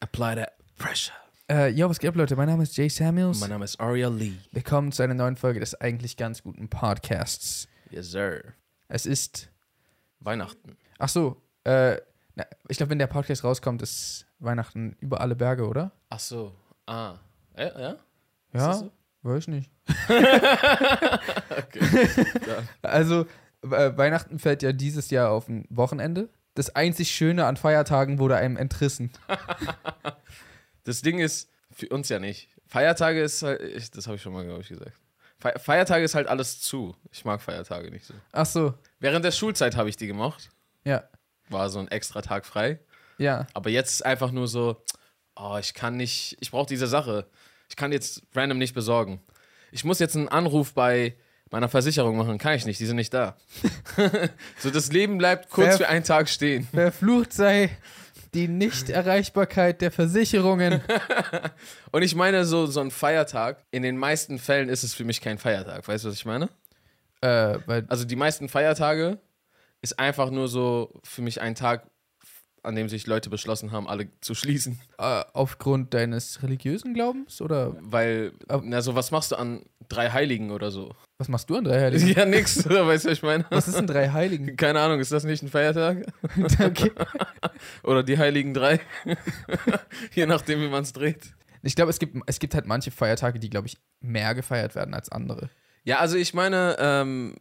Apply that pressure. Äh, yo, was geht ab, Leute? Mein Name ist Jay Samuels. Mein Name ist Aria Lee. Willkommen zu einer neuen Folge des eigentlich ganz guten Podcasts. Yes, sir. Es ist, Weihnachten. ach so, äh, na, ich glaube, wenn der Podcast rauskommt, ist Weihnachten über alle Berge, oder? Ach so. Ah. Ja, ja? Ja, das so? weiß nicht. Also, äh, Weihnachten fällt ja dieses Jahr auf ein Wochenende. Das einzig Schöne an Feiertagen wurde einem entrissen. Das Ding ist, für uns ja nicht. Feiertage ist halt, ich, das habe ich schon mal, glaube ich, gesagt. Fe Feiertage ist halt alles zu. Ich mag Feiertage nicht so. Ach so, Während der Schulzeit habe ich die gemocht. ja, War so ein extra Tag frei. ja. Aber jetzt ist einfach nur so, oh, ich kann nicht, ich brauche diese Sache. Ich kann jetzt random nicht besorgen. Ich muss jetzt einen Anruf bei meiner Versicherung machen. Kann ich nicht, die sind nicht da. so, das Leben bleibt kurz Wer- für einen Tag stehen. Verflucht sei die Nichterreichbarkeit der Versicherungen. Und ich meine, so, so ein Feiertag, in den meisten Fällen ist es für mich kein Feiertag. Weißt du, was ich meine? äh, weil, Also, die meisten Feiertage ist einfach nur so für mich ein Tag, an dem sich Leute beschlossen haben, alle zu schließen. äh, aufgrund deines religiösen Glaubens? Oder Weil, Aber- na so, was machst du an drei Heiligen oder so? was machst du an drei Heiligen? Ja, nix, oder weißt du, was ich meine? Was ist denn drei Heiligen? Keine Ahnung, ist das nicht ein Feiertag? Okay. Oder die Heiligen Drei? Je nachdem, wie man es dreht. Ich glaube, es gibt, es gibt halt manche Feiertage, die, glaube ich, mehr gefeiert werden als andere. Ja, also ich meine, ähm,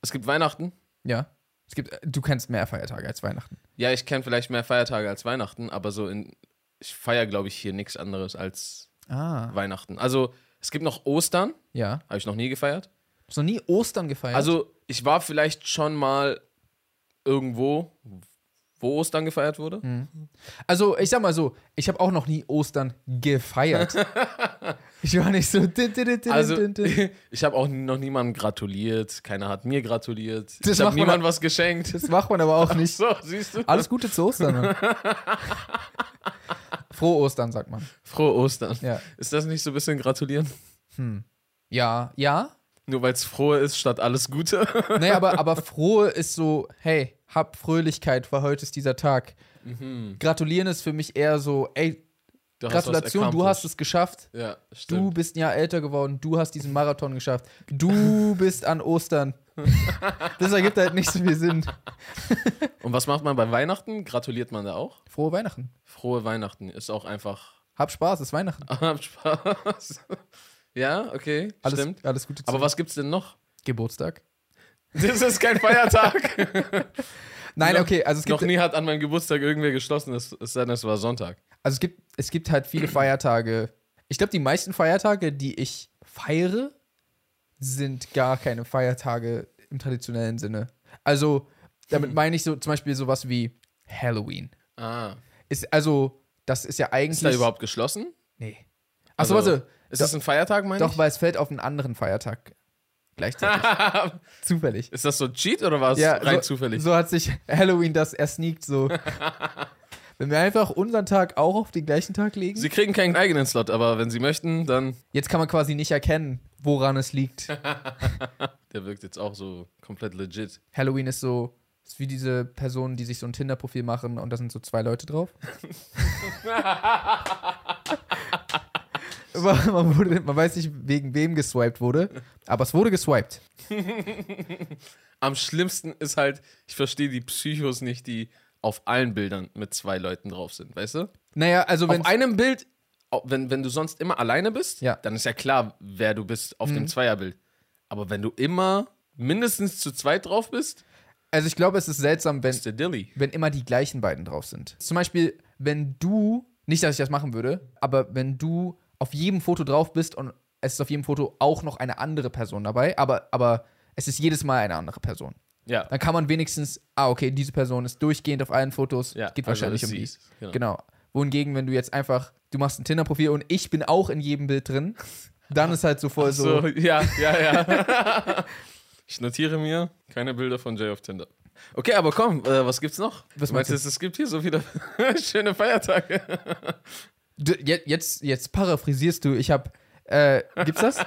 es gibt Weihnachten. Ja. Es gibt, du kennst mehr Feiertage als Weihnachten. Ja, ich kenne vielleicht mehr Feiertage als Weihnachten, aber so in. Ich feiere, glaube ich, hier nichts anderes als Ah. Weihnachten. Also, es gibt noch Ostern, Ja. habe ich noch nie gefeiert. Hast du noch nie Ostern gefeiert? Also, ich war vielleicht schon mal irgendwo, wo Ostern gefeiert wurde. also ich sag mal so, ich habe auch noch nie Ostern gefeiert. ich war nicht so. din, din, din, din, Also, din, din. ich habe auch noch niemandem gratuliert. Keiner hat mir gratuliert. Das ich habe macht man niemandem was geschenkt. Das macht man aber auch nicht. So, siehst du? Alles Gute zu Ostern. Mann. Frohe Ostern, sagt man. Frohe Ostern. Ja. Ist das nicht so ein bisschen gratulieren? Ja, ja. Nur weil es frohe ist statt alles Gute? Nee, aber, aber frohe ist so, hey, hab Fröhlichkeit, weil heute ist dieser Tag. Gratulieren ist für mich eher so, ey, Du hast Mhm. was Gratulation, du hast accomplished. es geschafft. Ja, Du stimmt. bist ein Jahr älter geworden, du hast diesen Marathon geschafft. Du bist an Ostern. Das ergibt halt nicht so viel Sinn. Und was macht man bei Weihnachten? Gratuliert man da auch? Frohe Weihnachten. Frohe Weihnachten ist auch einfach. Hab Spaß, es ist Weihnachten. Habt Spaß. ja, okay. Alles, Stimmt. alles Gute zu Aber was gibt's denn noch? Geburtstag. Das ist kein Feiertag. Nein, Noch- okay, also es gibt noch nie hat an meinem Geburtstag irgendwer geschlossen, es es sei denn, es war Sonntag. Also es gibt, es gibt halt viele Feiertage. Ich glaube, die meisten Feiertage, die ich feiere, sind gar keine Feiertage im traditionellen Sinne. Also, damit Hm. meine ich so zum Beispiel sowas wie Halloween. Ah. Ist, also, das ist ja eigentlich. Ist da überhaupt geschlossen? Nee. Achso, Also, warte. Ist das ein Feiertag, meine Doch, weil es fällt auf einen anderen Feiertag. Gleichzeitig. ich? Zufällig. ist das so ein Cheat oder war es rein so, zufällig? So hat sich Halloween das ersneakt so. Wenn wir einfach unseren Tag auch auf den gleichen Tag legen. Sie kriegen keinen eigenen Slot, aber wenn Sie möchten, dann. Jetzt kann man quasi nicht erkennen, woran es liegt. Der wirkt jetzt auch so komplett legit. Halloween ist so, ist wie diese Personen, die sich so ein Tinder-Profil machen und da sind so zwei Leute drauf. Aber man, wurde, man weiß nicht, wegen wem geswiped wurde, aber es wurde geswiped. Am schlimmsten ist halt, ich verstehe die Psychos nicht, die auf allen Bildern mit zwei Leuten drauf sind, weißt du? Naja, also wenn. auf einem Bild, au- wenn, wenn du sonst immer alleine bist, Ja. Mhm. dann ist ja klar, wer du bist auf dem Zweierbild. Aber wenn du immer mindestens zu zweit drauf bist, Also ich glaube, es ist seltsam, wenn, ist der Dilly. wenn immer die gleichen beiden drauf sind. Zum Beispiel, wenn du, nicht, dass ich das machen würde, aber wenn du auf jedem Foto drauf bist und es ist auf jedem Foto auch noch eine andere Person dabei, aber, aber es ist jedes Mal eine andere Person. Ja. dann kann man wenigstens, ah, okay, diese Person ist durchgehend auf allen Fotos, Ja, also geht wahrscheinlich ist um sie die. es, genau. Genau. Wohingegen, wenn du jetzt einfach, du machst ein Tinder-Profil und ich bin auch in jedem Bild drin, dann ist halt so voll so, So, ja, ja, ja. ich notiere mir keine Bilder von Jay auf Tinder. Okay, aber komm, äh, was gibt's noch? Was du meinst meinst du? jetzt, es gibt hier so viele schöne Feiertage. du, je- jetzt, jetzt paraphrasierst du, ich hab, äh, gibt's das?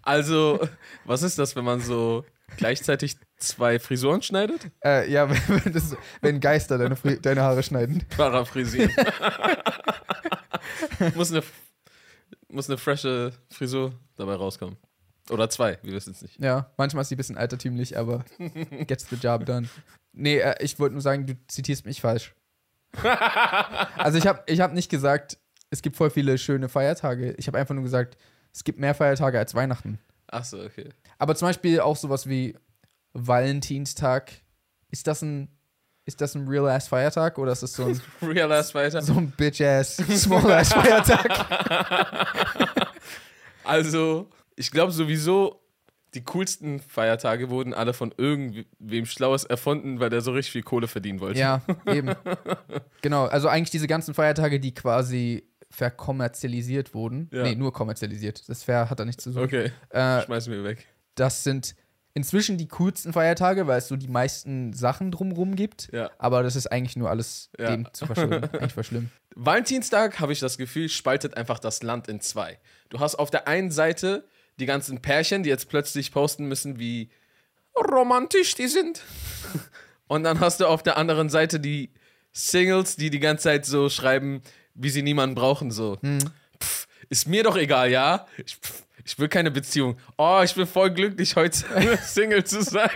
Also, was ist das, wenn man so gleichzeitig zwei Frisuren schneidet? Äh, ja, wenn, wenn das, wenn Geister deine, Fri- deine Haare schneiden. Paraphrasieren. muss, eine, muss eine frische Frisur dabei rauskommen. Oder zwei, wir wissen es nicht. Ja, manchmal ist die ein bisschen altertümlich, aber gets the job done. Nee, äh, ich wollte nur sagen, du zitierst mich falsch. also ich habe ich hab nicht gesagt, es gibt voll viele schöne Feiertage. Ich habe einfach nur gesagt, es gibt mehr Feiertage als Weihnachten. Achso, okay. Aber zum Beispiel auch sowas wie Valentinstag. Ist das ein, ist das ein real-ass Feiertag oder ist das so ein, Realize weiter. so ein bitch-ass, small-ass Feiertag? Also, ich glaube sowieso, die coolsten Feiertage wurden alle von irgendwem Schlaues erfunden, weil der so richtig viel Kohle verdienen wollte. Ja, eben. genau, also eigentlich diese ganzen Feiertage, die quasi verkommerzialisiert wurden. Ja. Nee, nur kommerzialisiert. Das Fair hat da nichts zu suchen. Okay, Äh, schmeißen wir weg. das sind inzwischen die coolsten Feiertage, weil es so die meisten Sachen drumrum gibt. Ja. Aber das ist eigentlich nur alles Ja. dem zu verschulden. eigentlich verschlimm. Valentinstag, habe ich das Gefühl, spaltet einfach das Land in zwei. Du hast auf der einen Seite die ganzen Pärchen, die jetzt plötzlich posten müssen, wie romantisch die sind. Und dann hast du auf der anderen Seite die Singles, die die ganze Zeit so schreiben, wie sie niemanden brauchen. So, pff, ist mir doch egal, ja? Ich, pff, ich will keine Beziehung. Oh, ich bin voll glücklich, heute Single zu sein.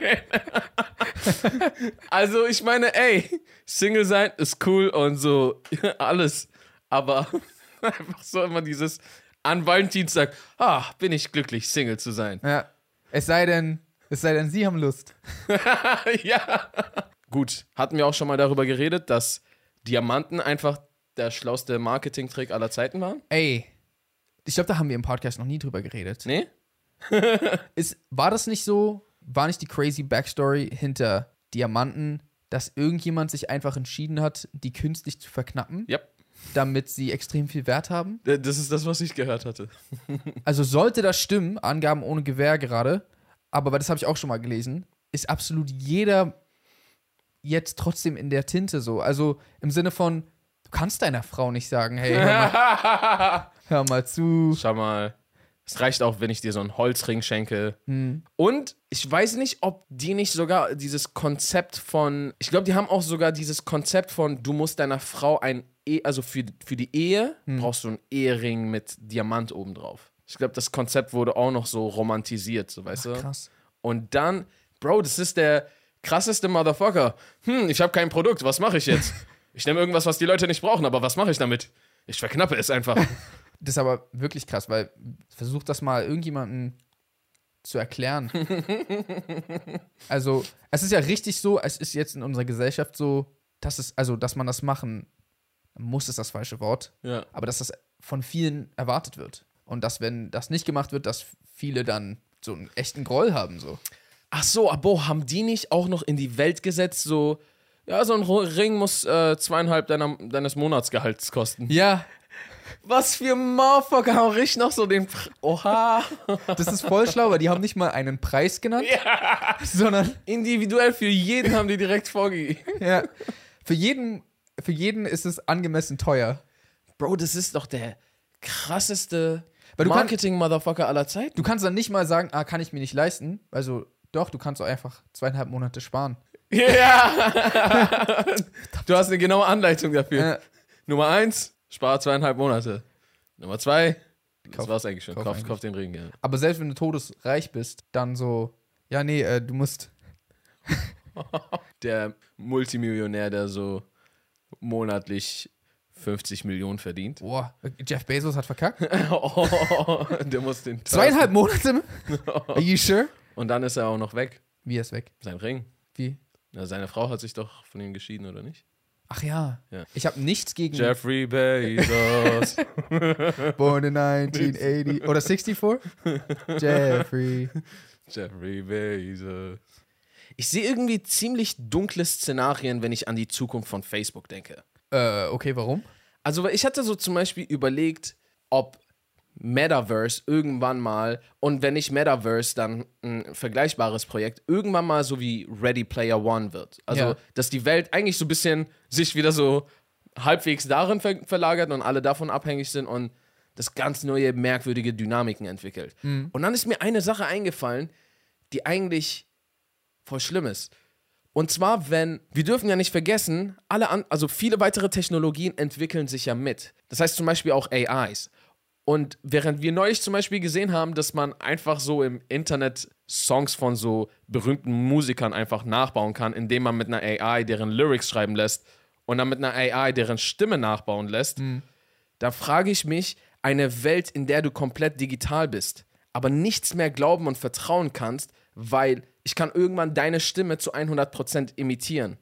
Also ich meine, ey, Single sein ist cool und so alles, aber einfach so immer dieses an Valentinstag, ah, bin ich glücklich, Single zu sein. Ja. Es sei denn, es sei denn, sie haben Lust. ja. Gut, hatten wir auch schon mal darüber geredet, dass Diamanten einfach der schlauste Marketingtrick aller Zeiten waren? Ey. Ich glaube, da haben wir im Podcast noch nie drüber geredet. Nee? Ist, war das nicht so, war nicht die crazy Backstory hinter Diamanten, dass irgendjemand sich einfach entschieden hat, die künstlich zu verknappen, Ja, damit sie extrem viel Wert haben? d- das ist das, was ich gehört hatte. Also sollte das stimmen, Angaben ohne Gewähr gerade, aber weil das habe ich auch schon mal gelesen, ist absolut jeder jetzt trotzdem in der Tinte so. Also im Sinne von, du kannst deiner Frau nicht sagen, hey, hör mal, hör mal zu. Schau mal, es reicht auch, wenn ich dir so einen Holzring schenke. Und ich weiß nicht, ob die nicht sogar dieses Konzept von, ich glaube, die haben auch sogar dieses Konzept von, du musst deiner Frau ein, e also für, für die Ehe brauchst du einen Ehering mit Diamant obendrauf. Ich glaube, das Konzept wurde auch noch so romantisiert, so weißt du? Krass. Und dann, Bro, das ist der krasseste Motherfucker. Hm, ich habe kein Produkt, was mache ich jetzt? Ich nehme irgendwas, was die Leute nicht brauchen, aber was mache ich damit? Ich verknappe es einfach. Das ist aber wirklich krass, weil versuch das mal irgendjemandem zu erklären. also, es ist ja richtig so, es ist jetzt in unserer Gesellschaft so, dass es, also, dass man das machen muss, ist das falsche Wort, ja. aber dass das von vielen erwartet wird. Und dass, wenn das nicht gemacht wird, dass viele dann so einen echten Groll haben, so. Ach so, abo, haben die nicht auch noch in die Welt gesetzt, so, ja, so ein Ro- Ring muss äh, zweieinhalb deiner, deines Monatsgehalts kosten. Ja, Was für Motherfucker haben richtig noch so den. Pr- Oha! das ist voll schlau, weil die haben nicht mal einen Preis genannt, sondern Individuell für jeden haben die direkt vorgegeben. ja, für jeden, für jeden ist es angemessen teuer. Bro, das ist doch der krasseste Weil du kannst- Marketing-Motherfucker aller Zeiten. Du kannst dann nicht mal sagen, ah, kann ich mir nicht leisten. Also, doch, du kannst auch einfach zweieinhalb Monate sparen. Ja! du hast eine genaue Anleitung dafür. Äh, Nummer eins, spar zweieinhalb Monate. Nummer zwei, das Kauf- war's eigentlich schon. kauf Kauf, kauf, eigentlich. den Ring, ja. aber selbst wenn du todesreich bist, dann so, ja, nee, äh, du musst. der Multimillionär, der so monatlich 50 Millionen verdient. Boah, Jeff Bezos hat verkackt. Oh, der muss den Zweieinhalb Monate? Are you sure? Und dann ist er auch noch weg. Wie er ist weg. Sein Ring. Wie? Na, seine Frau hat sich doch von ihm geschieden, oder nicht? Ach ja. Ja. Ich habe nichts gegen Hm. Jeffrey Bezos. Born in 1980 oder 64? Jeffrey. Jeffrey Bezos. Ich sehe irgendwie ziemlich dunkle Szenarien, wenn ich an die Zukunft von Facebook denke. Äh, okay, warum? Also, weil ich hatte so zum Beispiel überlegt, ob Metaverse irgendwann mal, und wenn nicht Metaverse, dann ein vergleichbares Projekt, irgendwann mal so wie Ready Player One wird. Also, Ja. dass die Welt eigentlich so ein bisschen sich wieder so halbwegs darin ver verlagert und alle davon abhängig sind und das ganz neue, merkwürdige Dynamiken entwickelt. Und dann ist mir eine Sache eingefallen, die eigentlich voll Schlimmes. Und zwar, wenn, wir dürfen ja nicht vergessen, alle an, also viele weitere Technologien entwickeln sich ja mit. Das heißt zum Beispiel auch AIs. Und während wir neulich zum Beispiel gesehen haben, dass man einfach so im Internet Songs von so berühmten Musikern einfach nachbauen kann, indem man mit einer AI deren Lyrics schreiben lässt und dann mit einer AI deren Stimme nachbauen lässt, da frage ich mich, eine Welt, in der du komplett digital bist, aber nichts mehr glauben und vertrauen kannst, weil ich kann irgendwann deine Stimme zu 100% imitieren.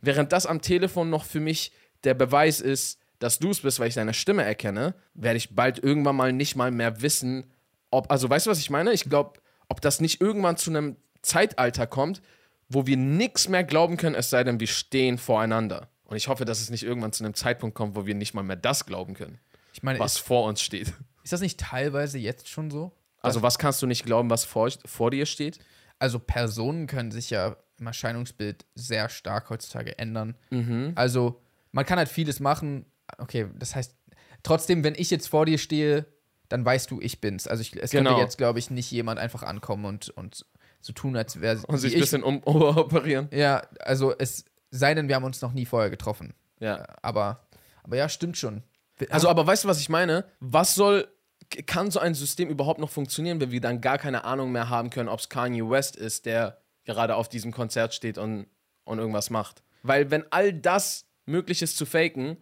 Während das am Telefon noch für mich der Beweis ist, dass du es bist, weil ich deine Stimme erkenne, werde ich bald irgendwann mal nicht mal mehr wissen, ob, also weißt du, was ich meine? Ich glaube, ob das nicht irgendwann zu einem Zeitalter kommt, wo wir nichts mehr glauben können, es sei denn, wir stehen voreinander. Und ich hoffe, dass es nicht irgendwann zu einem Zeitpunkt kommt, wo wir nicht mal mehr das glauben können, Ich meine, was ist, vor uns steht. ist das nicht teilweise jetzt schon so? Also was kannst du nicht glauben, was vor, vor dir steht? also Personen können sich ja im Erscheinungsbild sehr stark heutzutage ändern. Mhm. Also man kann halt vieles machen. Okay, das heißt, trotzdem, wenn ich jetzt vor dir stehe, dann weißt du, ich bin's. Also ich, es Genau. könnte jetzt, glaube ich, nicht jemand einfach ankommen und, und so tun, als wäre Und sich ich. ein bisschen um operieren? Ja, also es sei denn, wir haben uns noch nie vorher getroffen. Ja. Aber, aber ja, stimmt schon. Also, aber weißt du, was ich meine? Was soll, k- kann so ein System überhaupt noch funktionieren, wenn wir dann gar keine Ahnung mehr haben können, ob es Kanye West ist, der gerade auf diesem Konzert steht und, und irgendwas macht? Weil wenn all das möglich ist zu faken,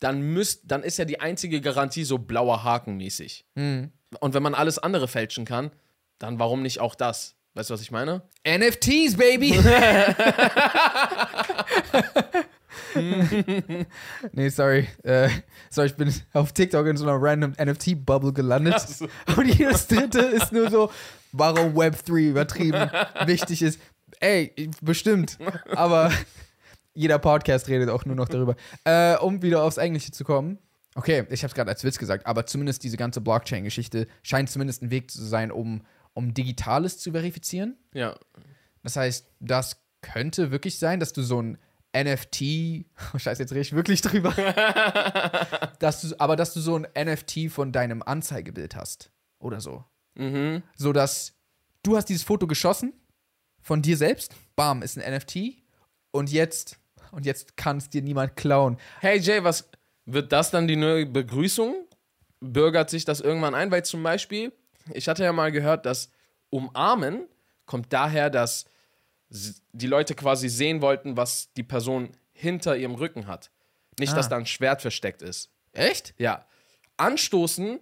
dann, müsst, dann ist ja die einzige Garantie so blauer Haken mäßig. Und wenn man alles andere fälschen kann, dann warum nicht auch das? Weißt du, was ich meine? NFTs, baby! nee, sorry. Äh, sorry, ich bin auf TikTok in so einer random NFT-Bubble gelandet. so. Und jedes dritte ist nur so, warum Web3 übertrieben wichtig ist. Ey, bestimmt. Aber jeder Podcast redet auch nur noch darüber. Äh, um wieder aufs Englische zu kommen. Okay, ich habe es gerade als Witz gesagt, aber zumindest diese ganze Blockchain-Geschichte scheint zumindest ein Weg zu sein, um, um Digitales zu verifizieren. Ja. Das heißt, das könnte wirklich sein, dass du so ein NFT, oh scheiße, jetzt rede ich wirklich drüber, dass du, aber dass du so ein NFT von deinem Anzeigebild hast oder so. Mhm. So dass du hast dieses Foto geschossen von dir selbst, bam, ist ein NFT und jetzt, und jetzt kann es dir niemand klauen. Hey Jay, was wird das dann die neue Begrüßung? Bürgert sich das irgendwann ein? Weil zum Beispiel, ich hatte ja mal gehört, dass umarmen kommt daher, dass s- die Leute quasi sehen wollten, was die Person hinter ihrem Rücken hat. Nicht, dass Ah. da ein Schwert versteckt ist. Echt? Ja. Anstoßen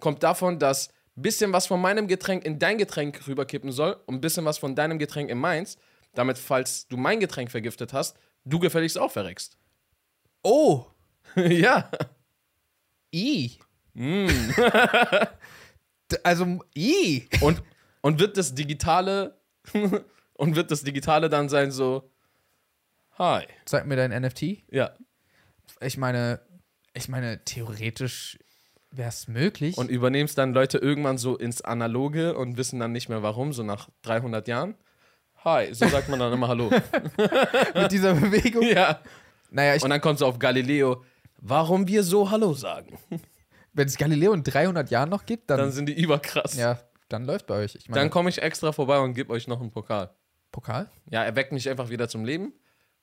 kommt davon, dass ein bisschen was von meinem Getränk in dein Getränk rüberkippen soll und ein bisschen was von deinem Getränk in meins. Damit, falls du mein Getränk vergiftet hast, du gefälligst auch verreckst. Oh, ja. i. D- also, i. Und, und wird das Digitale und wird das Digitale dann sein so Hi. Zeig mir dein NFT. Ja. Ich meine, ich meine, theoretisch wäre es möglich. Und übernehmst dann Leute irgendwann so ins Analoge und wissen dann nicht mehr warum, so nach 300 Jahren. Hi, so sagt man dann immer Hallo. mit dieser Bewegung. ja. Naja, ich, Und dann kommst du auf Galileo, warum wir so Hallo sagen. wenn es Galileo in 300 Jahren noch gibt, dann, Dann sind die überkrass. ja, dann läuft bei euch. Ich meine, Dann komme ich extra vorbei und gebe euch noch einen Pokal. Pokal? Ja, er weckt mich einfach wieder zum Leben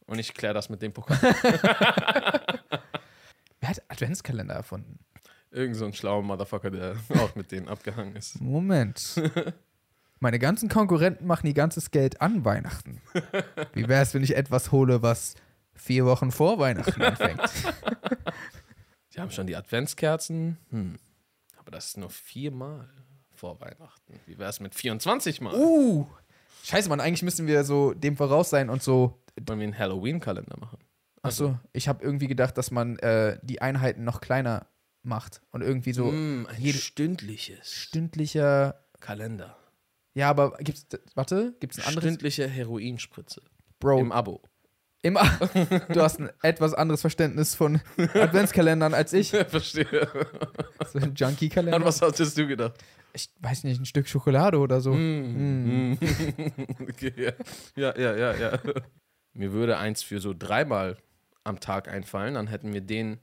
und ich kläre das mit dem Pokal. Wer hat Adventskalender erfunden? Irgend so ein schlauer Motherfucker, der auch mit denen abgehangen ist. Moment. Meine ganzen Konkurrenten machen ihr ganzes Geld an Weihnachten. Wie wäre es, wenn ich etwas hole, was vier Wochen vor Weihnachten anfängt? Die haben schon die Adventskerzen. Hm. Aber das ist nur viermal vor Weihnachten. Wie wäre es mit 24 Mal? uh! Scheiße, Mann, eigentlich müssen wir so dem voraus sein und so. Wollen wir einen Halloween-Kalender machen? Also- Achso, ich habe irgendwie gedacht, dass man äh, die Einheiten noch kleiner macht und irgendwie so Hm, ein stündliches stündlicher. Kalender. Ja, aber gibt's. Warte, gibt's ein anderes? Stündliche Heroinspritze. Bro, Im Abo. Im A du hast ein etwas anderes Verständnis von Adventskalendern als ich. Verstehe. So ein An Junkie-Kalender. was hattest du gedacht? Ich weiß nicht, ein Stück Schokolade oder so. Hm. okay, ja. ja, ja, ja, ja. Mir würde eins für so dreimal am Tag einfallen, dann hätten wir den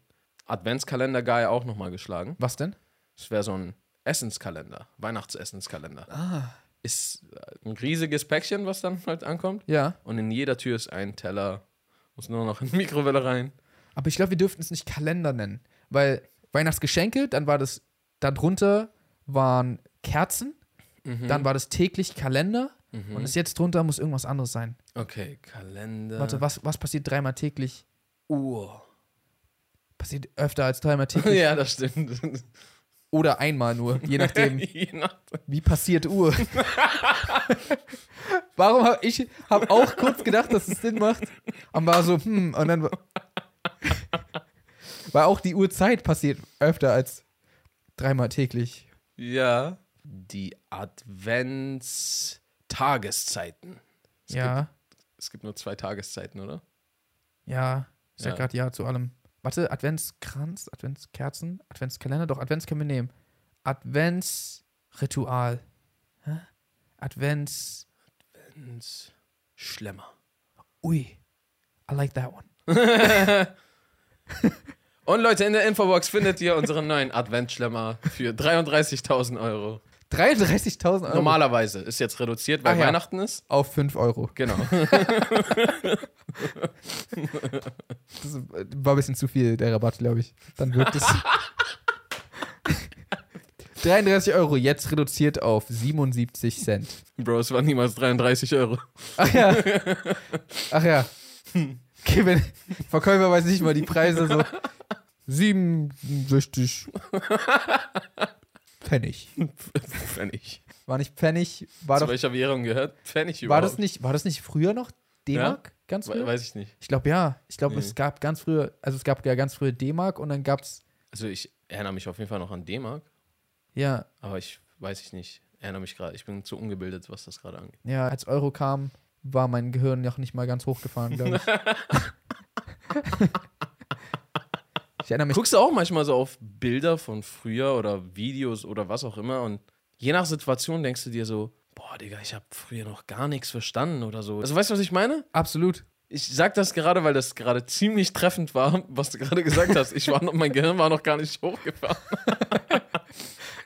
Adventskalender-Guy auch nochmal geschlagen. Was denn? Es wäre so ein Essenskalender, Weihnachtsessenskalender. ist äh, ein riesiges Päckchen, was dann halt ankommt. Ja. Und in jeder Tür ist ein Teller. Muss nur noch in die Mikrowelle rein. Aber ich glaube, wir dürften es nicht Kalender nennen. Weil Weihnachtsgeschenke, dann war das, darunter waren Kerzen, Mhm. dann war das täglich Kalender und das jetzt drunter muss irgendwas anderes sein. Okay, Kalender. Warte, was, was passiert dreimal täglich? Uhr. Passiert öfter als dreimal täglich Ja, das stimmt. oder einmal nur, je nachdem. Je nach- Wie passiert Uhr? Warum habe ich hab auch kurz gedacht, dass es Sinn macht und war so, hm, und dann war- weil auch die Uhrzeit passiert öfter als dreimal täglich. ja. Die Adventstageszeiten. Es ja, Es gibt nur zwei Tageszeiten, oder? ja. Ich sag Ja. gerade ja zu allem. Warte, Adventskranz, Adventskerzen, Adventskalender, doch, Advents können wir nehmen. Adventsritual. Hä? Advents. Ins Schlemmer. Ui. I like that one. Und Leute, in der Infobox findet ihr unseren neuen Adventschlemmer für 33.000 Euro. 33.000 Euro. Normalerweise ist jetzt reduziert, weil Ähm, Ach ja. Weihnachten ist. Auf 5 Euro. Genau. Das war ein bisschen zu viel, der Rabatt, glaube ich. Dann wirkt es. 33 Euro, jetzt reduziert auf 77 Cent. Bro, es waren niemals 33 Euro. Ach ja. Ach ja. Okay, wenn, Verkäufer weiß nicht mal die Preise so. 67 Pfennig. Pfennig. War nicht Pfennig, war Zu doch. welcher Währung gehört? Pfennig War überhaupt. das nicht, war das nicht früher noch D-Mark? Ganz We früh? weiß ich nicht. Ich glaube ja. Ich glaube, Nee. es gab ganz früher, also es gab ja ganz früher D-Mark und dann gab es, Also ich erinnere mich auf jeden Fall noch an D-Mark, ja, aber ich weiß ich nicht. Erinnere mich gerade. Ich bin zu ungebildet, was das gerade angeht. Ja, als Euro kam, war mein Gehirn noch nicht mal ganz hochgefahren, glaube ich. ich erinnere mich. Guckst du auch manchmal so auf Bilder von früher oder Videos oder was auch immer und je nach Situation denkst du dir so, boah, Digga, ich habe früher noch gar nichts verstanden oder so. Also weißt du, was ich meine? Absolut. Ich sag das gerade, weil das gerade ziemlich treffend war, was du gerade gesagt hast. Ich war noch, mein Gehirn war noch gar nicht hochgefahren.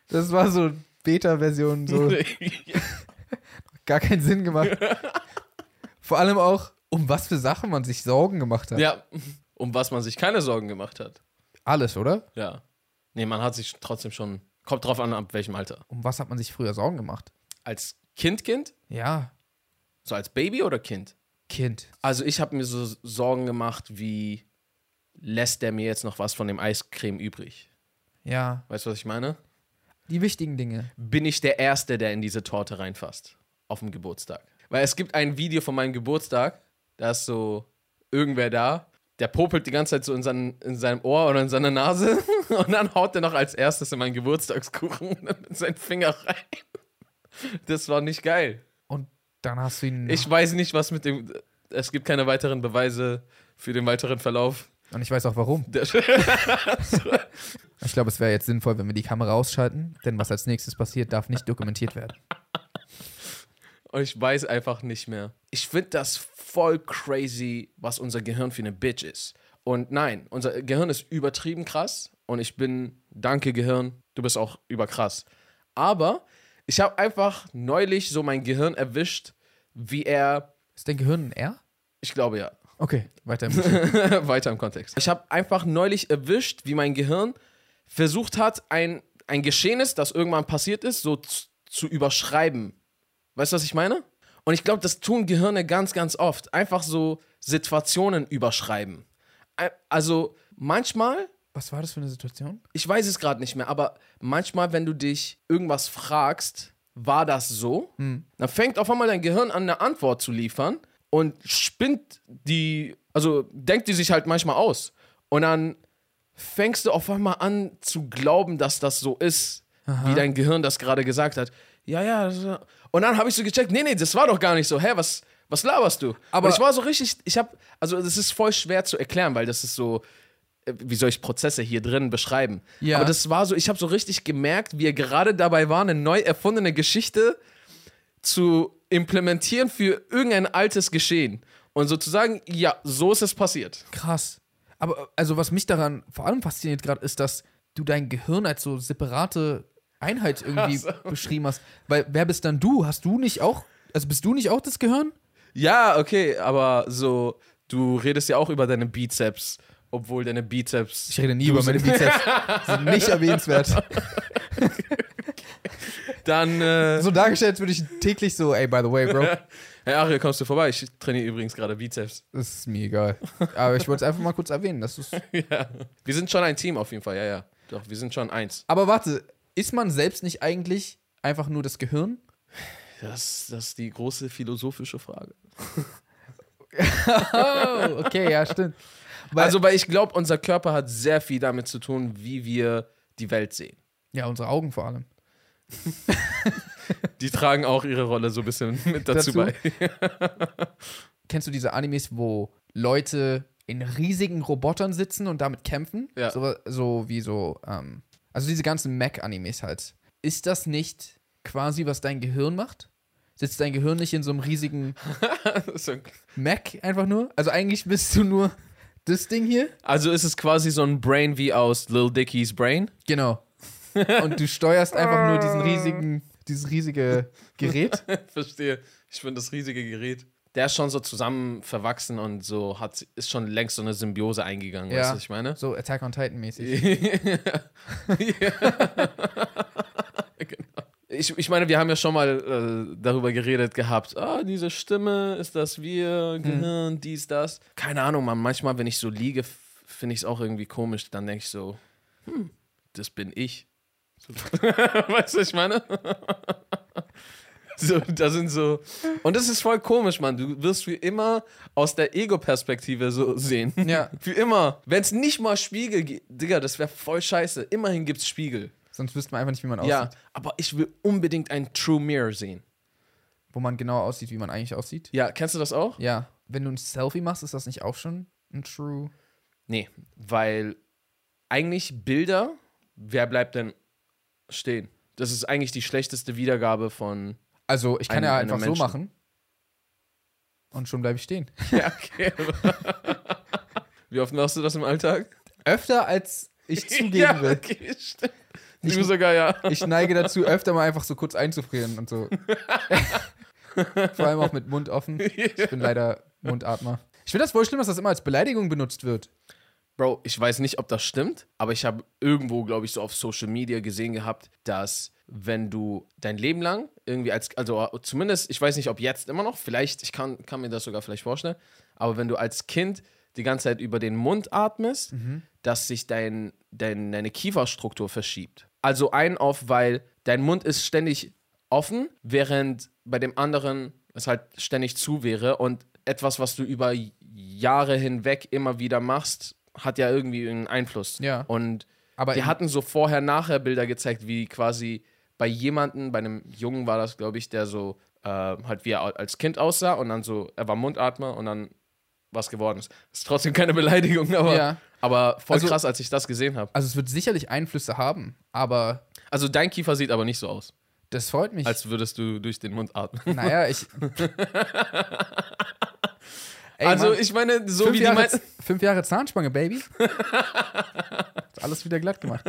Das war so Beta-Version, so gar keinen Sinn gemacht. Vor allem auch, um was für Sachen man sich Sorgen gemacht hat. ja, um was man sich keine Sorgen gemacht hat. Alles, oder? Ja. Nee, man hat sich trotzdem schon. Kommt drauf an, ab welchem Alter. Um was hat man sich früher Sorgen gemacht? Als Kind, Kind? Ja, So als Baby oder Kind? Kind. Also ich habe mir so Sorgen gemacht, wie lässt der mir jetzt noch was von dem Eiscreme übrig? Ja. Weißt du, was ich meine? Die wichtigen Dinge. Bin ich der Erste, der in diese Torte reinfasst? Auf dem Geburtstag. Weil es gibt ein Video von meinem Geburtstag, da ist so irgendwer da, der popelt die ganze Zeit so in, seinen, in seinem Ohr oder in seiner Nase und dann haut er noch als erstes in meinen Geburtstagskuchen mit seinem Finger rein. Das war nicht geil. Und dann hast du ihn. Ich weiß nicht, was mit dem. Es gibt keine weiteren Beweise für den weiteren Verlauf. und ich weiß auch warum. Der Ich glaube, es wäre jetzt sinnvoll, wenn wir die Kamera ausschalten, denn was als nächstes passiert, darf nicht dokumentiert werden. Und ich weiß einfach nicht mehr. Ich finde das voll crazy, was unser Gehirn für eine Bitch ist. Und nein, unser Gehirn ist übertrieben krass. Und ich bin, danke Gehirn, du bist auch überkrass. Aber ich habe einfach neulich so mein Gehirn erwischt, wie er, Ist dein Gehirn ein R? ich glaube ja, Okay, weiter. im- Weiter im Kontext. Ich habe einfach neulich erwischt, wie mein Gehirn versucht hat, ein, ein Geschehnis, das irgendwann passiert ist, so zu, zu überschreiben. Weißt du, was ich meine? Und ich glaube, das tun Gehirne ganz, ganz oft. Einfach so Situationen überschreiben. Ei- Also manchmal, Was war das für eine Situation? ich weiß es gerade nicht mehr, aber manchmal, wenn du dich irgendwas fragst, war das so? Dann fängt auf einmal dein Gehirn an, eine Antwort zu liefern und spinnt die, also denkt die sich halt manchmal aus. Und dann fängst du auf einmal an zu glauben, dass das so ist, wie dein Gehirn das gerade gesagt hat. Ja, ja. Das, war- und dann habe ich so gecheckt, nee, nee, das war doch gar nicht so. Hä, was, was laberst du? Aber- und ich war so richtig, ich habe, also das ist voll schwer zu erklären, weil das ist so, äh, wie soll ich Prozesse hier drin beschreiben? Ja. Aber das war so, ich habe so richtig gemerkt, wie wir gerade dabei waren, eine neu erfundene Geschichte zu implementieren für irgendein altes Geschehen. Und sozusagen, ja, so ist es passiert. Krass. äh, Aber also was mich daran vor allem fasziniert gerade ist, dass du dein Gehirn als so separate Einheit irgendwie Ach beschrieben hast. Weil wer bist dann du? Hast du nicht auch, also bist du nicht auch das Gehirn? Ja, okay, aber so, du redest ja auch über deine Bizeps, obwohl deine Bizeps. Ich rede nie Du über meine sind- Bizeps. Sind nicht erwähnenswert. Dann, äh, So dargestellt, als würde ich täglich so, ey, by the way, Bro, Herr Ariel, kommst du vorbei? Ich trainiere übrigens gerade Bizeps. das ist mir egal. Aber ich wollte es einfach mal kurz erwähnen. Das ist ja. Wir sind schon ein Team auf jeden Fall, ja, ja. Doch, wir sind schon eins. Aber warte, ist man selbst nicht eigentlich einfach nur das Gehirn? Das, das ist die große philosophische Frage. Oh, okay, ja, stimmt. Weil- also, weil ich glaube, unser Körper hat sehr viel damit zu tun, wie wir die Welt sehen. Ja, unsere Augen vor allem. Die tragen auch ihre Rolle so ein bisschen mit dazu, Dazu? bei. Kennst du diese Animes, wo Leute in riesigen Robotern sitzen und damit kämpfen? Ja. So, so wie so, ähm, also diese ganzen Mac-Animes halt. Ist das nicht quasi, was dein Gehirn macht? Sitzt dein Gehirn nicht in so einem riesigen So- Mac einfach nur? Also eigentlich bist du nur das Ding hier? Also ist es quasi so ein Brain wie aus Lil Dicky's Brain. Genau. Und du steuerst einfach nur diesen riesigen, dieses riesige Gerät. Verstehe. Ich finde das riesige Gerät. Der ist schon so zusammen verwachsen und so hat ist schon längst so eine Symbiose eingegangen, Ja. weißt du, was ich meine? So Attack on Titan mäßig. Genau. Ich, ich meine, wir haben ja schon mal äh, darüber geredet gehabt. Ah, diese Stimme, ist das wir, Gehirn, dies, das. Keine Ahnung, man. Manchmal, wenn ich so liege, f- finde ich es auch irgendwie komisch. Dann denke ich so, hm, das bin ich. So. weißt du, was ich meine? so, da sind so. Und das ist voll komisch, Mann. Du wirst wie immer aus der Ego-Perspektive so sehen. Ja. Für immer. Wenn es nicht mal Spiegel gibt, Digga, das wäre voll scheiße. Immerhin gibt's Spiegel. Sonst wüsste man einfach nicht, wie man aussieht. Ja, aber ich will unbedingt einen True Mirror sehen. Wo man genau aussieht, wie man eigentlich aussieht. Ja, kennst du das auch? Ja. Wenn du ein Selfie machst, ist das nicht auch schon ein True? Nee, weil eigentlich Bilder, wer bleibt denn stehen? Das ist eigentlich die schlechteste Wiedergabe von. Also ich kann Ein- ja einem einfach so Menschen. machen. Und schon bleibe ich stehen. Ja, okay. Wie oft machst du das im Alltag? Öfter als ich zugeben ja, will. okay, stimmt. Ich- Du sogar, ja. Ich neige dazu, öfter mal einfach so kurz einzufrieren und so. Vor allem auch mit Mund offen. Ich bin leider Mundatmer. Ich finde das voll schlimm, dass das immer als Beleidigung benutzt wird. Bro, ich weiß nicht, ob das stimmt, aber ich habe irgendwo, glaube ich, so auf Social Media gesehen gehabt, dass wenn du dein Leben lang irgendwie als, also äh, zumindest, ich weiß nicht, ob jetzt immer noch, vielleicht, ich kann, kann mir das sogar vielleicht vorstellen, aber wenn du als Kind die ganze Zeit über den Mund atmest, dass sich dein, dein, deine Kieferstruktur verschiebt. Also ein auf, weil dein Mund ist ständig offen, während bei dem anderen es halt ständig zu wäre und etwas, was du über Jahre hinweg immer wieder machst, hat ja irgendwie einen Einfluss. Ja. Und Aber die im- hatten so vorher-nachher Bilder gezeigt, wie quasi bei jemandem, bei einem Jungen war das, glaube ich, der so äh, halt wie er au- als Kind aussah und dann so, er war Mundatmer und dann was geworden ist. Ist trotzdem keine Beleidigung, aber, Ja. aber voll Also- krass, als ich das gesehen habe. Also es wird sicherlich Einflüsse haben, aber Also dein Kiefer sieht aber nicht so aus, das freut mich. als würdest du durch den Mund atmen. naja, ich. Ey, also Mann, ich meine, so fünf, wie die Jahre, meisten. fünf Jahre Zahnspange, Baby. Ist alles wieder glatt gemacht.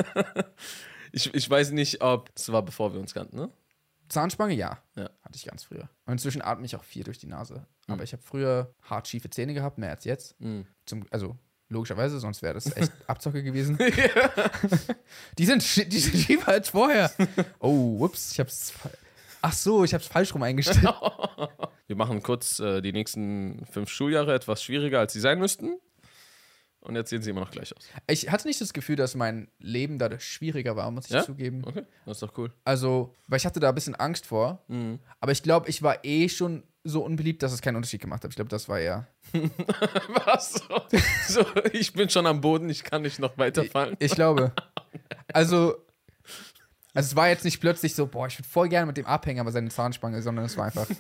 Ich, ich weiß nicht, ob das war bevor wir uns kannten, ne? Zahnspange, ja. Ja. Mhm. Hatte ich ganz früher. Und inzwischen atme ich auch viel durch die Nase. Aber ich habe früher hart schiefe Zähne gehabt, mehr als jetzt. Zum, also logischerweise, sonst wäre das echt Abzocke gewesen. die, sind, schi- die sind schiefer als vorher. Oh, whoops, ich hab's. fa- Ach so, ich hab's falsch rum eingestellt. Wir machen kurz äh, die nächsten fünf Schuljahre etwas schwieriger, als sie sein müssten. Und jetzt sehen sie immer noch gleich aus. Ich hatte nicht das Gefühl, dass mein Leben dadurch schwieriger war, muss ich Ja? zugeben. Okay, das ist doch cool. Also, weil ich hatte da ein bisschen Angst vor. Mhm. Aber ich glaube, ich war eh schon so unbeliebt, dass es keinen Unterschied gemacht hat. Ich glaube, das war eher. Was? So, so, ich bin schon am Boden, ich kann nicht noch weiterfallen. Ich glaube. Also, also es war jetzt nicht plötzlich so, boah, ich würde voll gerne mit dem abhängen, aber seine Zahnspange, sondern es war einfach.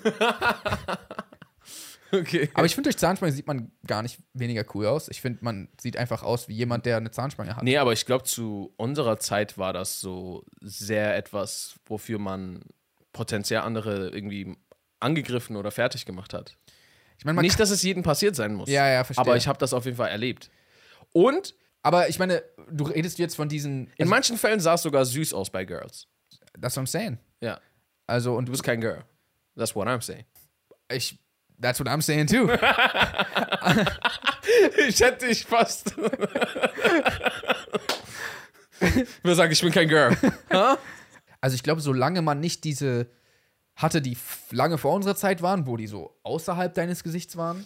Okay. Aber ich finde, durch Zahnspange sieht man gar nicht weniger cool aus. Ich finde, man sieht einfach aus wie jemand, der eine Zahnspange hat. Nee, aber ich glaube, zu unserer Zeit war das so sehr etwas, wofür man potenziell andere irgendwie angegriffen oder fertig gemacht hat. Ich meine, man nicht, dass es jedem passiert sein muss. Ja, ja, verstehe. Aber ich habe das auf jeden Fall erlebt. Und kann, aber ich meine, du redest jetzt von diesen. in Also, manchen Fällen sah es sogar süß aus bei Girls. That's what I'm saying. Ja. Also, und Du bist kein Girl. That's what I'm saying. ich, that's what I'm saying too. Ich hätte dich fast. ich würde sagen, ich bin kein Girl. Also ich glaube, solange man nicht diese hatte, die f- lange vor unserer Zeit waren, wo die so außerhalb deines Gesichts waren.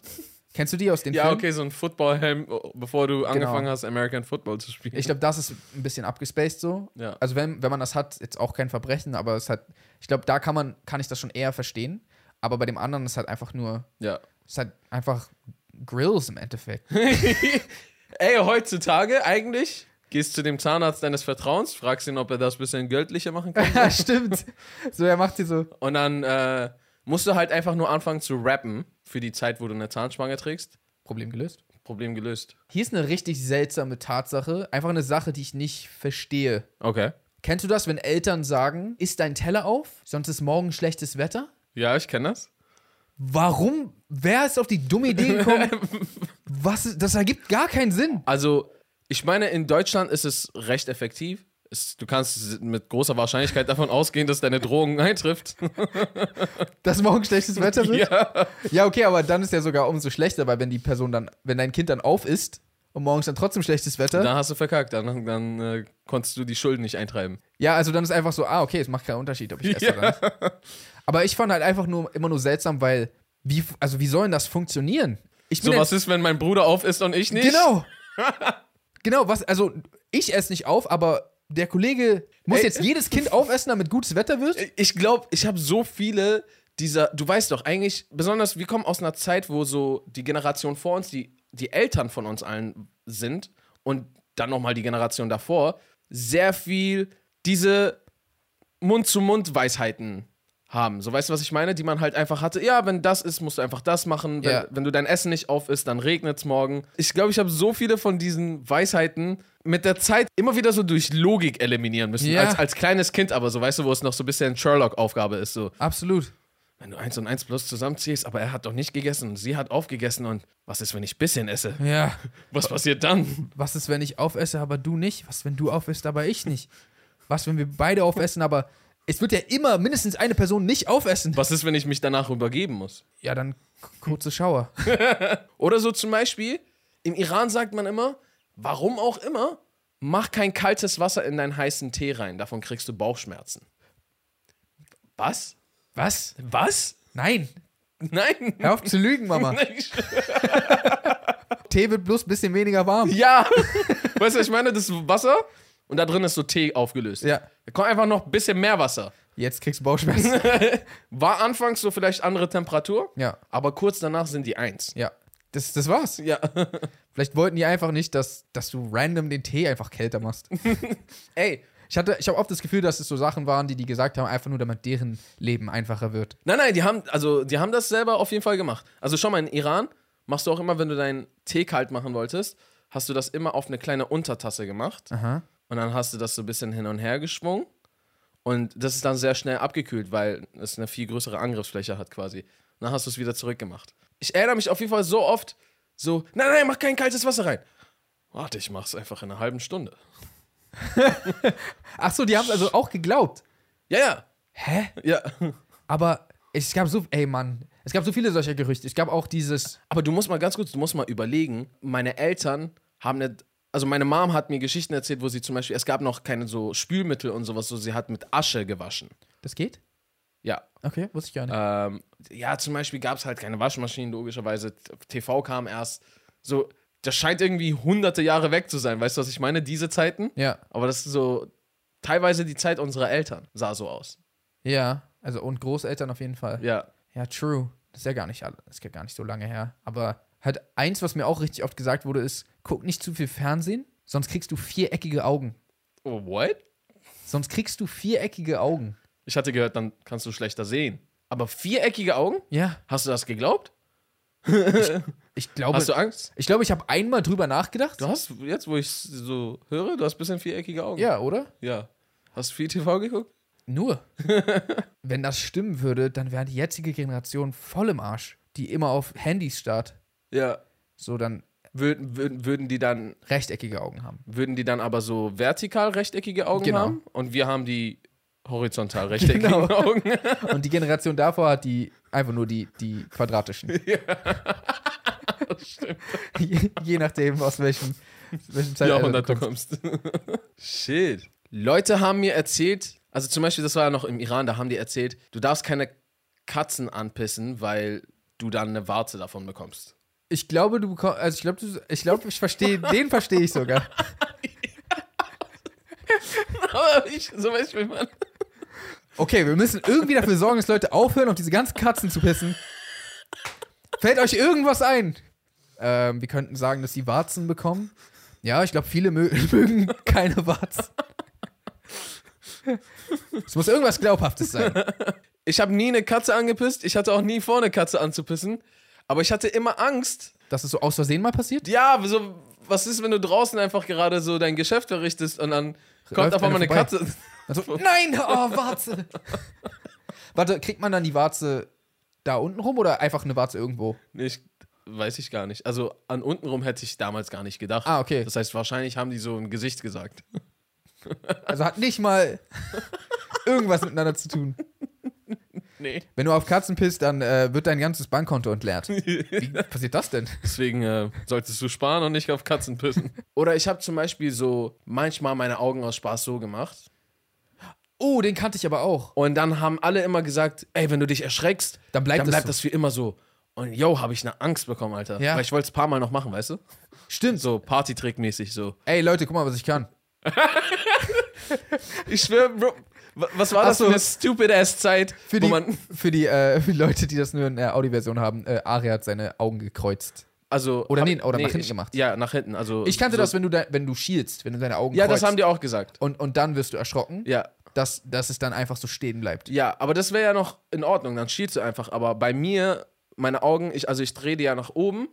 Kennst du die aus den Ja, Filmen? okay, so ein Footballhelm, oh, bevor du angefangen hast, American Football zu spielen. Ich glaube, das ist ein bisschen abgespaced so. Ja. Also wenn, wenn man das hat, jetzt auch kein Verbrechen, aber es hat, ich glaube, da kann man, kann ich das schon eher verstehen. Aber bei dem anderen ist halt einfach nur, ja. ist halt einfach Grills im Endeffekt. Ey, heutzutage eigentlich gehst zu dem Zahnarzt deines Vertrauens, fragst ihn, ob er das ein bisschen göttlicher machen kann. ja, stimmt. So, er macht sie so. Und dann äh, musst du halt einfach nur anfangen zu rappen für die Zeit, wo du eine Zahnspange trägst. Problem gelöst. Problem gelöst. Hier ist eine richtig seltsame Tatsache, einfach eine Sache, die ich nicht verstehe. Okay. Kennst du das, wenn Eltern sagen, isst dein Teller auf, sonst ist morgen schlechtes Wetter? Ja, ich kenne das. Warum? Wer ist auf die dumme Idee gekommen? Was ist, das ergibt gar keinen Sinn. Also, ich meine, in Deutschland ist es recht effektiv. Es, du kannst mit großer Wahrscheinlichkeit davon ausgehen, dass deine Drohung eintrifft. Dass morgen schlechtes Wetter wird? ja. Ja, okay, aber dann ist ja sogar umso schlechter, weil wenn die Person dann, wenn dein Kind dann auf ist und morgens dann trotzdem schlechtes Wetter, Da hast du verkackt. Dann, dann äh, konntest du die Schulden nicht eintreiben. ja, also dann ist einfach so, ah, okay, es macht keinen Unterschied, ob ich esse oder nicht. Aber ich fand halt einfach nur immer nur seltsam, weil wie, also wie soll denn das funktionieren? Ich So bin was ist, wenn mein Bruder auf ist und ich nicht? Genau. genau, was, also ich esse nicht auf, aber der Kollege muss Ey. jetzt jedes Kind aufessen, damit gutes Wetter wird? Ich glaube, ich habe so viele dieser, du weißt doch, eigentlich, besonders wir kommen aus einer Zeit, wo so die Generation vor uns, die, die Eltern von uns allen sind und dann nochmal die Generation davor, sehr viel diese Mund-zu-Mund-Weisheiten haben. So weißt du, was ich meine? Die man halt einfach hatte, ja, wenn das ist, musst du einfach das machen. Wenn, Ja. wenn du dein Essen nicht auf isst, dann regnet es morgen. Ich glaube, ich habe so viele von diesen Weisheiten mit der Zeit immer wieder so durch Logik eliminieren müssen. Ja. Als, als kleines Kind aber, so weißt du, wo es noch so ein bisschen Sherlock-Aufgabe ist. So, Absolut. wenn du eins und eins plus zusammenziehst, aber er hat doch nicht gegessen und sie hat aufgegessen und was ist, wenn ich bisschen esse? Ja. Was passiert dann? Was ist, wenn ich aufesse, aber du nicht? Was, wenn du aufisst, aber ich nicht? Was, wenn wir beide aufessen, aber es wird ja immer mindestens eine Person nicht aufessen? Was ist, wenn ich mich danach übergeben muss? Ja, dann k- kurze Schauer. Oder so zum Beispiel, im Iran sagt man immer, warum auch immer, mach kein kaltes Wasser in deinen heißen Tee rein, davon kriegst du Bauchschmerzen. Was? Was? Was? Nein. Nein. Hör auf zu lügen, Mama. Tee wird bloß ein bisschen weniger warm. ja. Weißt du, was ich meine, das ist Wasser und da drin ist so Tee aufgelöst. Ja. Da kommt einfach noch ein bisschen mehr Wasser. Jetzt kriegst du Bauchschmerzen. War anfangs so vielleicht andere Temperatur, Ja. aber kurz danach sind die eins. Ja. Das, das war's. Ja. Vielleicht wollten die einfach nicht, dass, dass du random den Tee einfach kälter machst. Ey, Ich hatte, ich habe oft das Gefühl, dass es so Sachen waren, die die gesagt haben, einfach nur damit deren Leben einfacher wird. Nein, nein, die haben, also, die haben das selber auf jeden Fall gemacht. Also schau mal, in Iran machst du auch immer, wenn du deinen Tee kalt machen wolltest, hast du das immer auf eine kleine Untertasse gemacht. Aha. Und dann hast du das so ein bisschen hin und her geschwungen. Und das ist dann sehr schnell abgekühlt, weil es eine viel größere Angriffsfläche hat quasi. Und dann hast du es wieder zurückgemacht. Ich erinnere mich auf jeden Fall so oft so, nein, nein, mach kein kaltes Wasser rein. Warte, ich mach's einfach in einer halben Stunde. Ach so, die haben also auch geglaubt. Ja, ja, Hä? ja. Aber es gab so, ey Mann, es gab so viele solcher Gerüchte. Es gab auch dieses, Aber du musst mal ganz kurz, du musst mal überlegen, meine Eltern haben eine, also meine Mom hat mir Geschichten erzählt, wo sie zum Beispiel, es gab noch keine so Spülmittel und sowas, so sie hat mit Asche gewaschen. das geht? Ja. Okay, wusste ich gar nicht. Ähm, ja, zum Beispiel gab es halt keine Waschmaschinen, logischerweise. T- TV kam erst. So, das scheint irgendwie hunderte Jahre weg zu sein, weißt du, was ich meine? Diese Zeiten. Äh, Ja, Aber das ist so, teilweise die Zeit unserer Eltern sah so aus. ja, also und Großeltern auf jeden Fall. Ja. Ja, true. Das ist ja gar nicht, alle- das ist ja gar nicht so lange her. Aber halt eins, was mir auch richtig oft gesagt wurde, ist, guck nicht zu viel Fernsehen, sonst kriegst du viereckige Augen. Oh, what? Sonst kriegst du viereckige Augen. Ich hatte gehört, dann kannst du schlechter sehen. Aber viereckige Augen? Ja, Hast du das geglaubt? ich glaube, Hast du Angst? ich glaube, ich habe einmal drüber nachgedacht. Du hast, jetzt wo ich so höre, du hast ein bisschen viereckige Augen. Ja, oder? Ja. Hast du viel TV geguckt? Nur. Wenn das stimmen würde, dann wäre die jetzige Generation voll im Arsch, die immer auf Handys starrt. Ja. So dann Würden, würden, würden, die dann, rechteckige Augen haben. würden die dann aber so vertikal rechteckige Augen Genau. haben? Und wir haben die Horizontal rechteckigen Genau. Augen. Und die Generation davor hat die einfach nur die, die quadratischen. je, je nachdem, aus welchem, aus welchem Zeitalter du Jahrhundert du kommst. kommst. also Shit. Leute haben mir erzählt, also zum Beispiel, das war ja noch im Iran, da haben die erzählt, du darfst keine Katzen anpissen, weil du dann eine Warze davon bekommst. Ich glaube, du bekommst, also ich glaube, du, ich glaube, ich verstehe, den verstehe ich sogar. Aber ich, so weiß ich, wie man. Okay, wir müssen irgendwie dafür sorgen, dass Leute aufhören, auf diese ganzen Katzen zu pissen. Fällt euch irgendwas ein? Ähm, wir könnten sagen, dass sie Warzen bekommen. Ja, ich glaube, viele mö mögen keine Warzen. Es muss irgendwas Glaubhaftes sein. Ich habe nie eine Katze angepisst, ich hatte auch nie vor, eine Katze anzupissen, aber ich hatte immer Angst. Dass es so aus Versehen mal passiert? Ja, so, was ist, wenn du draußen einfach gerade so dein Geschäft verrichtest und dann kommt Läuft auf einmal eine einer vorbei. Katze. Also, nein, oh, Warze. Warte, kriegt man dann die Warze da unten rum oder einfach eine Warze irgendwo? Nee, ich, weiß ich gar nicht. Also an untenrum hätte ich damals gar nicht gedacht. Ah, okay. Das heißt, wahrscheinlich haben die so im Gesicht gesagt. Also hat nicht mal irgendwas miteinander zu tun. Nee. Wenn du auf Katzen pisst, dann äh, wird dein ganzes Bankkonto entleert. Wie passiert das denn? Deswegen äh, solltest du sparen und nicht auf Katzen pissen. Oder ich habe zum Beispiel so manchmal meine Augen aus Spaß so gemacht. Oh, den kannte ich aber auch. Und dann haben alle immer gesagt, ey, wenn du dich erschreckst, Dann bleibt dann es bleibt so. das für immer so. Und yo, habe ich eine Angst bekommen, Alter. Ja. Weil ich wollte es ein paar Mal noch machen, weißt du? Stimmt. So Partytrick-mäßig so. Ey, Leute, guck mal, was ich kann. Ich schwöre, Bro, wa- was war das Ach so. für eine stupid-ass-Zeit, Für wo die, man... für die, äh, für die Leute, die das nur in der Audioversion haben, äh, Ari hat seine Augen gekreuzt. Also, Oder hab- nee, oder nach hinten ich, gemacht. Ja, nach hinten. Also, Ich kannte so, das, wenn du, da, wenn du schielst, wenn du deine Augen Ja, kreuzt. das haben die auch gesagt. und, und dann wirst du erschrocken, Ja, dass, dass es dann einfach so stehen bleibt. ja, aber das wäre ja noch in Ordnung, dann schielst du einfach. Aber bei mir, meine Augen, ich, also ich drehe die ja nach oben,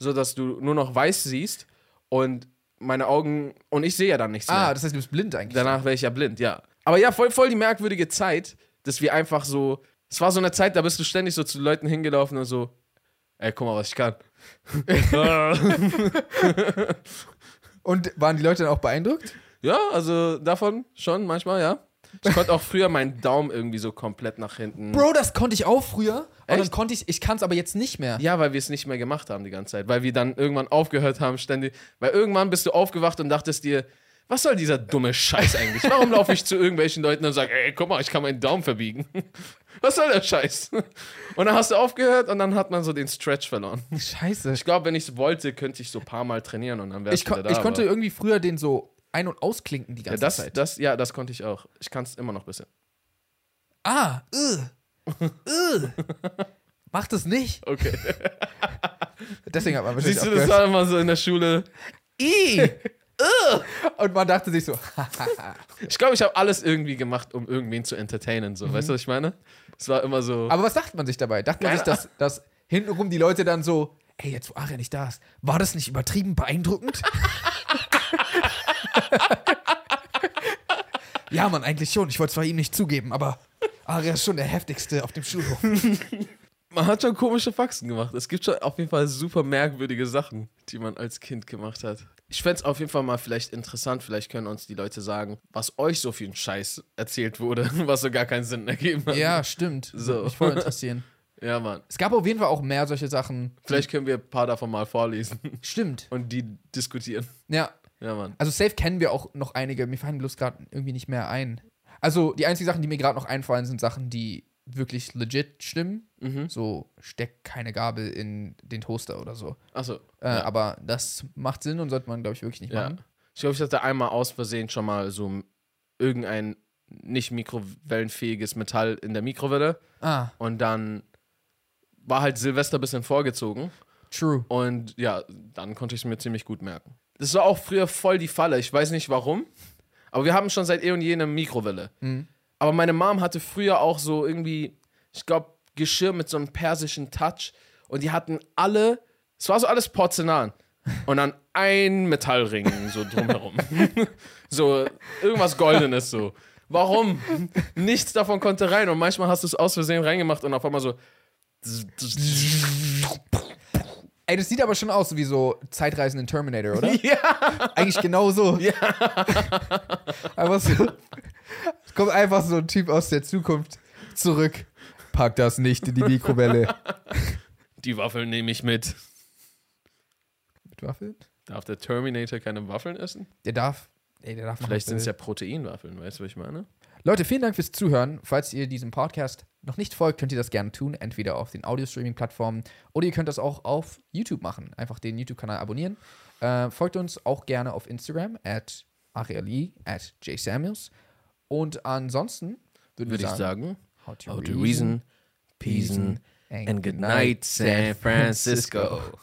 sodass du nur noch weiß siehst und meine Augen, und ich sehe ja dann nichts Ah, mehr. das heißt, du bist blind eigentlich. Danach wäre ich ja blind, ja. Aber ja, voll, voll die merkwürdige Zeit, dass wir einfach so, es war so eine Zeit, da bist du ständig so zu Leuten hingelaufen und so, ey, guck mal, was ich kann. Und waren die Leute dann auch beeindruckt? ja, also davon schon manchmal, ja. Ich konnte auch früher meinen Daumen irgendwie so komplett nach hinten. Bro, das konnte ich auch früher. Aber dann Echt? konnte ich, ich kann es aber jetzt nicht mehr. Ja, weil wir es nicht mehr gemacht haben die ganze Zeit, weil wir dann irgendwann aufgehört haben ständig, weil irgendwann bist du aufgewacht und dachtest dir, was soll dieser dumme Scheiß eigentlich? Warum laufe ich zu irgendwelchen Leuten und sage, ey, guck mal, ich kann meinen Daumen verbiegen. Was soll der Scheiß? Und dann hast du aufgehört und dann hat man so den Stretch verloren. Scheiße. Ich glaube, wenn ich es wollte, könnte ich so ein paar Mal trainieren und dann wäre Ich, ich kon wieder da. ich konnte aber- irgendwie früher den so ein- und ausklinken die ja, ganze das, Zeit. das, ja, das konnte ich auch. Ich kann es immer noch ein bisschen. Ah, äh, äh. Mach das nicht. Okay. Deswegen hat man wahrscheinlich Siehst du, das aufgehört. war immer so in der Schule. I, äh. Und man dachte sich so, Ich glaube, ich habe alles irgendwie gemacht, um irgendwen zu entertainen. So. Weißt du, was ich meine? Es war immer so. aber was dachte man sich dabei? Dachte man sich, dass, dass hintenrum die Leute dann so, ey, jetzt wo Aria nicht da ist, war das nicht übertrieben beeindruckend? ja, Mann, eigentlich schon. Ich wollte es zwar ihm nicht zugeben, aber Aria ist schon der heftigste auf dem Schulhof. man hat schon komische Faxen gemacht. Es gibt schon auf jeden Fall super merkwürdige Sachen, die man als Kind gemacht hat. Ich fände es auf jeden Fall mal vielleicht interessant. Vielleicht können uns die Leute sagen, was euch so viel ein Scheiß erzählt wurde, was so gar keinen Sinn ergeben hat. Ja, stimmt. So. Würde mich voll interessieren. ja Mann. Es gab auf jeden Fall auch mehr solche Sachen. Vielleicht können wir ein paar davon mal vorlesen Stimmt. und die diskutieren. Ja, Ja, Mann. also safe kennen wir auch noch einige. Mir fallen bloß gerade irgendwie nicht mehr ein. Also die einzigen Sachen, die mir gerade noch einfallen, sind Sachen, die wirklich legit stimmen. Mhm. So steck keine Gabel in den Toaster oder so. Achso. Äh, Aber das macht Sinn und sollte man, glaube ich, wirklich nicht Ja. machen. Ich glaube, ich hatte einmal aus Versehen schon mal so irgendein nicht mikrowellenfähiges Metall in der Mikrowelle Ah, und dann war halt Silvester ein bisschen vorgezogen. true. Und ja, dann konnte ich es mir ziemlich gut merken. Das war auch früher voll die Falle. Ich weiß nicht warum. Aber wir haben schon seit eh und je eine Mikrowelle. Aber meine Mom hatte früher auch so irgendwie, ich glaube, Geschirr mit so einem persischen Touch. Und die hatten alle, es war so alles Porzellan. Und dann ein Metallring so drumherum. so irgendwas Goldenes so. Warum? Nichts davon konnte rein. Und manchmal hast du es aus Versehen reingemacht und auf einmal so. Ey, das sieht aber schon aus wie so Zeitreisenden Terminator, oder? Ja! Eigentlich genau so. Ja. aber so, Es kommt einfach so ein Typ aus der Zukunft zurück. Pack das nicht in die Mikrowelle. Die Waffeln nehme ich mit. Mit Waffeln? Darf der Terminator keine Waffeln essen? Der darf. Ey, der darf machen, Vielleicht was er sind es ja will. Proteinwaffeln, weißt du, was ich meine? Leute, vielen Dank fürs Zuhören. Falls ihr diesem Podcast noch nicht folgt, könnt ihr das gerne tun. Entweder auf den Audio-Streaming-Plattformen oder ihr könnt das auch auf YouTube machen. Einfach den YouTube-Kanal abonnieren. Äh, folgt uns auch gerne auf Instagram at ariali at jsamuels. Und ansonsten würden Würde wir ich sagen. oh, how to How to reason, peason, and good night, San Francisco.